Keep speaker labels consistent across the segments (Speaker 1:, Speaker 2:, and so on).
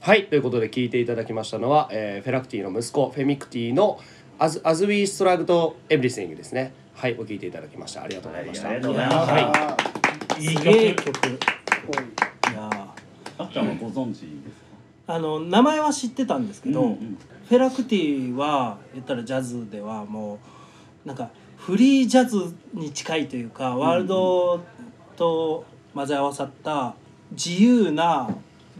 Speaker 1: はいということで聞いていただきましたのは、えーフェラクティの息子フェミクティの「As, As We Struggle to Everything」ですねはいお聞いていただきましたありがとうございました、
Speaker 2: はいありがとうございます
Speaker 1: はい
Speaker 3: い
Speaker 2: いい
Speaker 3: す
Speaker 2: 曲
Speaker 3: げえ曲いやー
Speaker 2: あっちゃんはご存知ですか
Speaker 3: あの名前は知ってたんですけど、
Speaker 2: うんうん
Speaker 3: フェラクティは言ったらジャズではもうなんかフリージャズに近いというか、ワールドと混ぜ合わさった自由な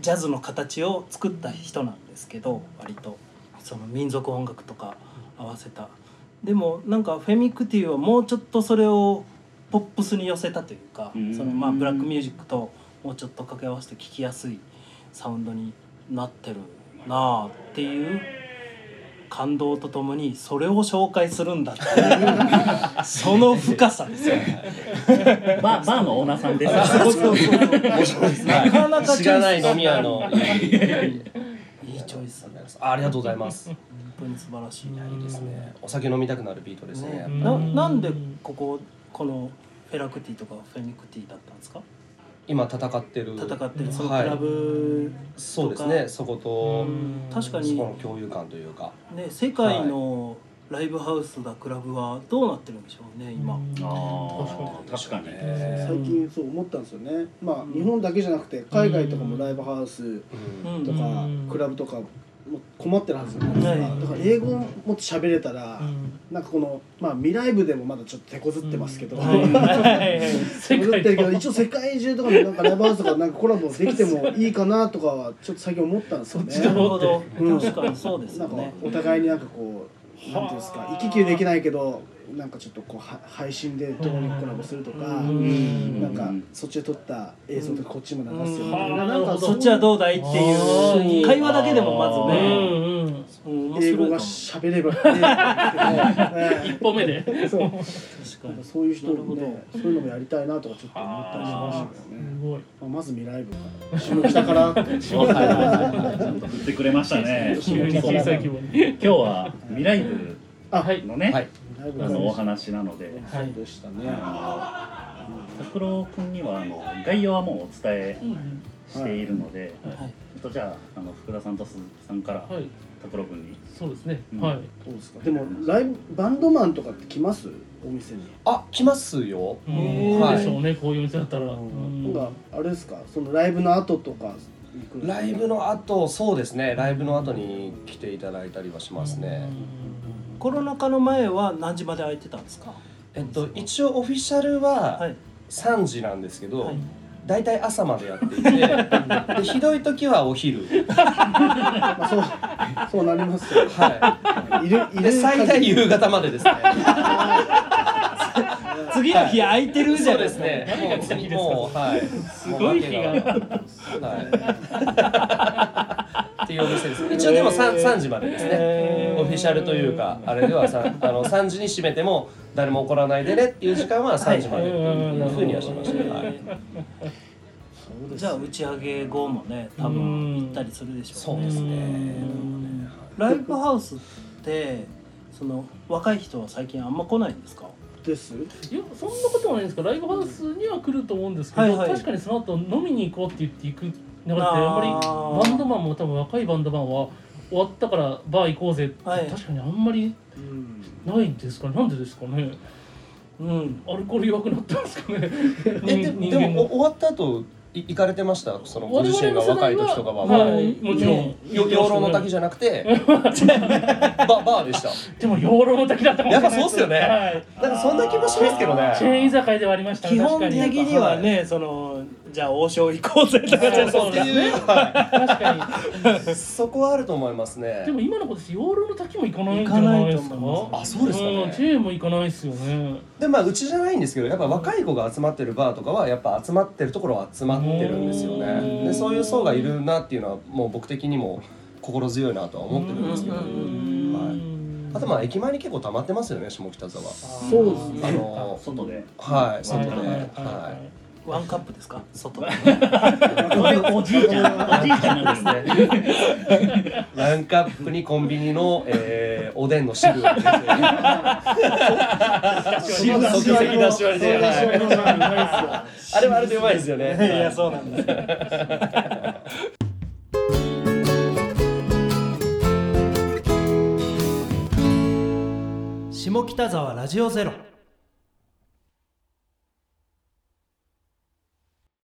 Speaker 3: ジャズの形を作った人なんですけど割とその民族音楽とか合わせたでもなんかフェミクティはもうちょっとそれをポップスに寄せたというか、
Speaker 2: うん
Speaker 3: そのまあブラックミュージックともうちょっと掛け合わせて聴きやすいサウンドになってるなあっていう感動とともにそれを紹介するんだっていうその深さですよね。
Speaker 2: バーバーのオーナーさんです。
Speaker 3: そうそうそうなかなか
Speaker 1: 知
Speaker 3: チ
Speaker 1: ら
Speaker 3: ョイス
Speaker 1: ない飲み屋の
Speaker 3: いいチョイスだね
Speaker 1: あありがとうございますい
Speaker 3: 本当に素晴らしい
Speaker 1: やいいですねお酒飲みたくなるビートですねやっぱり
Speaker 3: ななんでこここのフェラクティとかフェミクティだったんですか
Speaker 1: 今戦ってる
Speaker 3: 戦ってるそのク
Speaker 1: はい
Speaker 3: ラブ
Speaker 1: そうですねそこと
Speaker 3: 確
Speaker 1: そ
Speaker 3: かに
Speaker 1: この共有感というか
Speaker 3: ね世界のライブハウスだクラブはどうなってるんでしょうね今。
Speaker 2: ああ、確かに。
Speaker 1: ね
Speaker 4: 最近そう思ったんですよねまあ日本だけじゃなくて海外とかもライブハウス
Speaker 1: うん
Speaker 3: うん
Speaker 4: とかクラブとかも困ってるはずじゃな
Speaker 3: は
Speaker 4: いですか
Speaker 3: い
Speaker 4: だから英語もっと喋れたらなんかこのまあ未来部でもまだちょっと手こずってますけど
Speaker 3: はいはいはい
Speaker 4: 手こずってるけど一応世界中とかのなんかライブハウスとかなんかコラボできてもいいかなとかはちょっと最近思ったんですよ
Speaker 3: なる
Speaker 4: ね
Speaker 3: ほど
Speaker 4: うん
Speaker 3: 確かにそうです
Speaker 4: な
Speaker 3: よ
Speaker 4: んか
Speaker 3: ね。
Speaker 4: お互いになんかこうなんていうんですか行き来できないけどなんかちょっとこうは配信でどうにコラボするとか。
Speaker 3: うん
Speaker 4: なんかそっちで撮った映像とかこっちも流すよみたい
Speaker 5: うん
Speaker 4: ななんか
Speaker 3: そっちはどうだいっていう会話だけでもまずね。うん面白い
Speaker 4: 英
Speaker 3: か
Speaker 4: 語
Speaker 3: も
Speaker 4: が喋ればいいんだけど
Speaker 5: 一歩目で
Speaker 4: ええそうなんか
Speaker 3: 確かに
Speaker 4: そういう人
Speaker 3: なるほ
Speaker 4: も
Speaker 3: ど
Speaker 4: ねそういうのもやりたいなとかちょっと思ったりしましたけどね
Speaker 5: すごい
Speaker 4: まあまず未来部から下北から って
Speaker 2: ちょっと振ってくれましたね。
Speaker 5: 急に小さい規模に
Speaker 2: 今日は未来部
Speaker 4: あ
Speaker 5: はい
Speaker 2: の
Speaker 1: は
Speaker 2: ね
Speaker 1: い、
Speaker 4: 未
Speaker 2: あ
Speaker 4: 来部から
Speaker 2: のお話なので、
Speaker 4: そうでしたね
Speaker 2: 拓郎君にはあの概要はもうお伝えしているので、ちょ
Speaker 3: はい
Speaker 2: っとじゃああの福田さんと鈴木さんから
Speaker 5: はい
Speaker 2: 拓郎君に。
Speaker 5: そうですね
Speaker 2: うん
Speaker 5: はい
Speaker 4: どうですかでもライブバンドマンとかって来ますお店に
Speaker 1: あ来ますよ
Speaker 5: うん
Speaker 1: はいう
Speaker 5: どでしょうねこういうお店だったらうん
Speaker 4: なんかあれですかそのライブの後とかに来る
Speaker 1: ライブの後そうですねライブの後に来ていただいたりはしますね
Speaker 3: コロナ禍の前は何時まで空いてたんですか。
Speaker 1: えっと一応オフィシャルは
Speaker 3: はい。
Speaker 1: 3時なんですけど
Speaker 3: はい
Speaker 1: 大体朝までやっていてでひどい時はお昼
Speaker 4: まあそうそうなりますよ
Speaker 1: はい
Speaker 4: る
Speaker 1: い
Speaker 4: い
Speaker 1: で
Speaker 4: る
Speaker 1: 最大夕方までですね
Speaker 3: 次の日空いてるじゃ
Speaker 1: そうで
Speaker 3: ないですすね。
Speaker 1: ねもう次もうはいす
Speaker 5: ごい日が
Speaker 1: はい、っていうお店です一応でも 3, 3時までですねオフィシャルというかあれではさ あの3時に閉めても誰も怒らないでねっていう時間は3時までっていうふうにはしましたね、はい、
Speaker 4: そうです
Speaker 3: じゃあ打ち上げ後もね多分行ったりするでしょ
Speaker 1: そうう
Speaker 3: ね。
Speaker 1: ですね
Speaker 3: ライブハウスってその若い人は最近あんま来ないんですか。
Speaker 4: です
Speaker 5: いやそんなことはないんですかライブハウスには来ると思うんですけど、
Speaker 3: はいはい
Speaker 5: 確かにその後飲みに行こうって言って行く流れってあんまりバンドマンも多分若いバンドマンは終わったからバー行こうぜって、
Speaker 3: はい
Speaker 5: 確かにあんまり
Speaker 4: うん
Speaker 5: ないですかねなんでですかね
Speaker 3: うん。
Speaker 5: アルコール弱くなったんですかね
Speaker 1: えで
Speaker 5: 人
Speaker 1: で
Speaker 5: 間
Speaker 1: もお
Speaker 5: の
Speaker 1: 終わった後い行かれてましたそのご自身が
Speaker 5: 我々の
Speaker 1: 若
Speaker 5: 世代
Speaker 1: い
Speaker 5: は
Speaker 1: 時とかは、
Speaker 5: は
Speaker 1: も
Speaker 5: いもちろん、
Speaker 3: ね
Speaker 1: うよ養老の滝じゃなく てババーでした
Speaker 5: でも養老の滝だったかもし
Speaker 1: や
Speaker 5: れない
Speaker 1: っぱそうっすよね
Speaker 5: はい
Speaker 1: なんかそんな気もしますけど
Speaker 5: チェーン居
Speaker 1: ね
Speaker 5: 酒屋ではありましたね
Speaker 3: 基本的
Speaker 5: 確かに
Speaker 3: にはねそのじゃあ王将行こうぜとかじゃない
Speaker 1: そう
Speaker 3: で
Speaker 1: っ
Speaker 3: す
Speaker 1: て
Speaker 3: か。
Speaker 1: いう、は
Speaker 5: 確か
Speaker 1: い、そこはあると思いますね
Speaker 5: にでも今の子たち養老の滝も行かないんじ
Speaker 3: 行か
Speaker 5: ゃない
Speaker 3: ない
Speaker 5: で
Speaker 3: と
Speaker 5: すか
Speaker 3: 思いま
Speaker 1: あそうですかね
Speaker 5: んチェーンも行かないですよね
Speaker 1: でまあうちじゃないんですけどやっぱ若い子が集まってるバーとかはやっぱ集まってるところは集まってるんですよねでそういう層がいるなっていうのはもう僕的にも心強いなとは思ってるんですけど
Speaker 3: うんうん
Speaker 1: あとまあ駅前に結構溜まってますよね下北沢
Speaker 4: そうです
Speaker 1: あ
Speaker 4: ね
Speaker 1: の
Speaker 2: 外で。
Speaker 1: はい外で
Speaker 2: はい
Speaker 1: は
Speaker 3: ワンカップですか外。
Speaker 2: おじいちゃん、おじいちゃんなんです ね。
Speaker 1: いランカップにコンビニのえーおでんの汁が出て
Speaker 4: 汁出し割り
Speaker 1: 出し割りではい
Speaker 4: は
Speaker 1: あれはあれでうまいですよね
Speaker 3: いやそうなんですよ。下北沢ラジオゼロ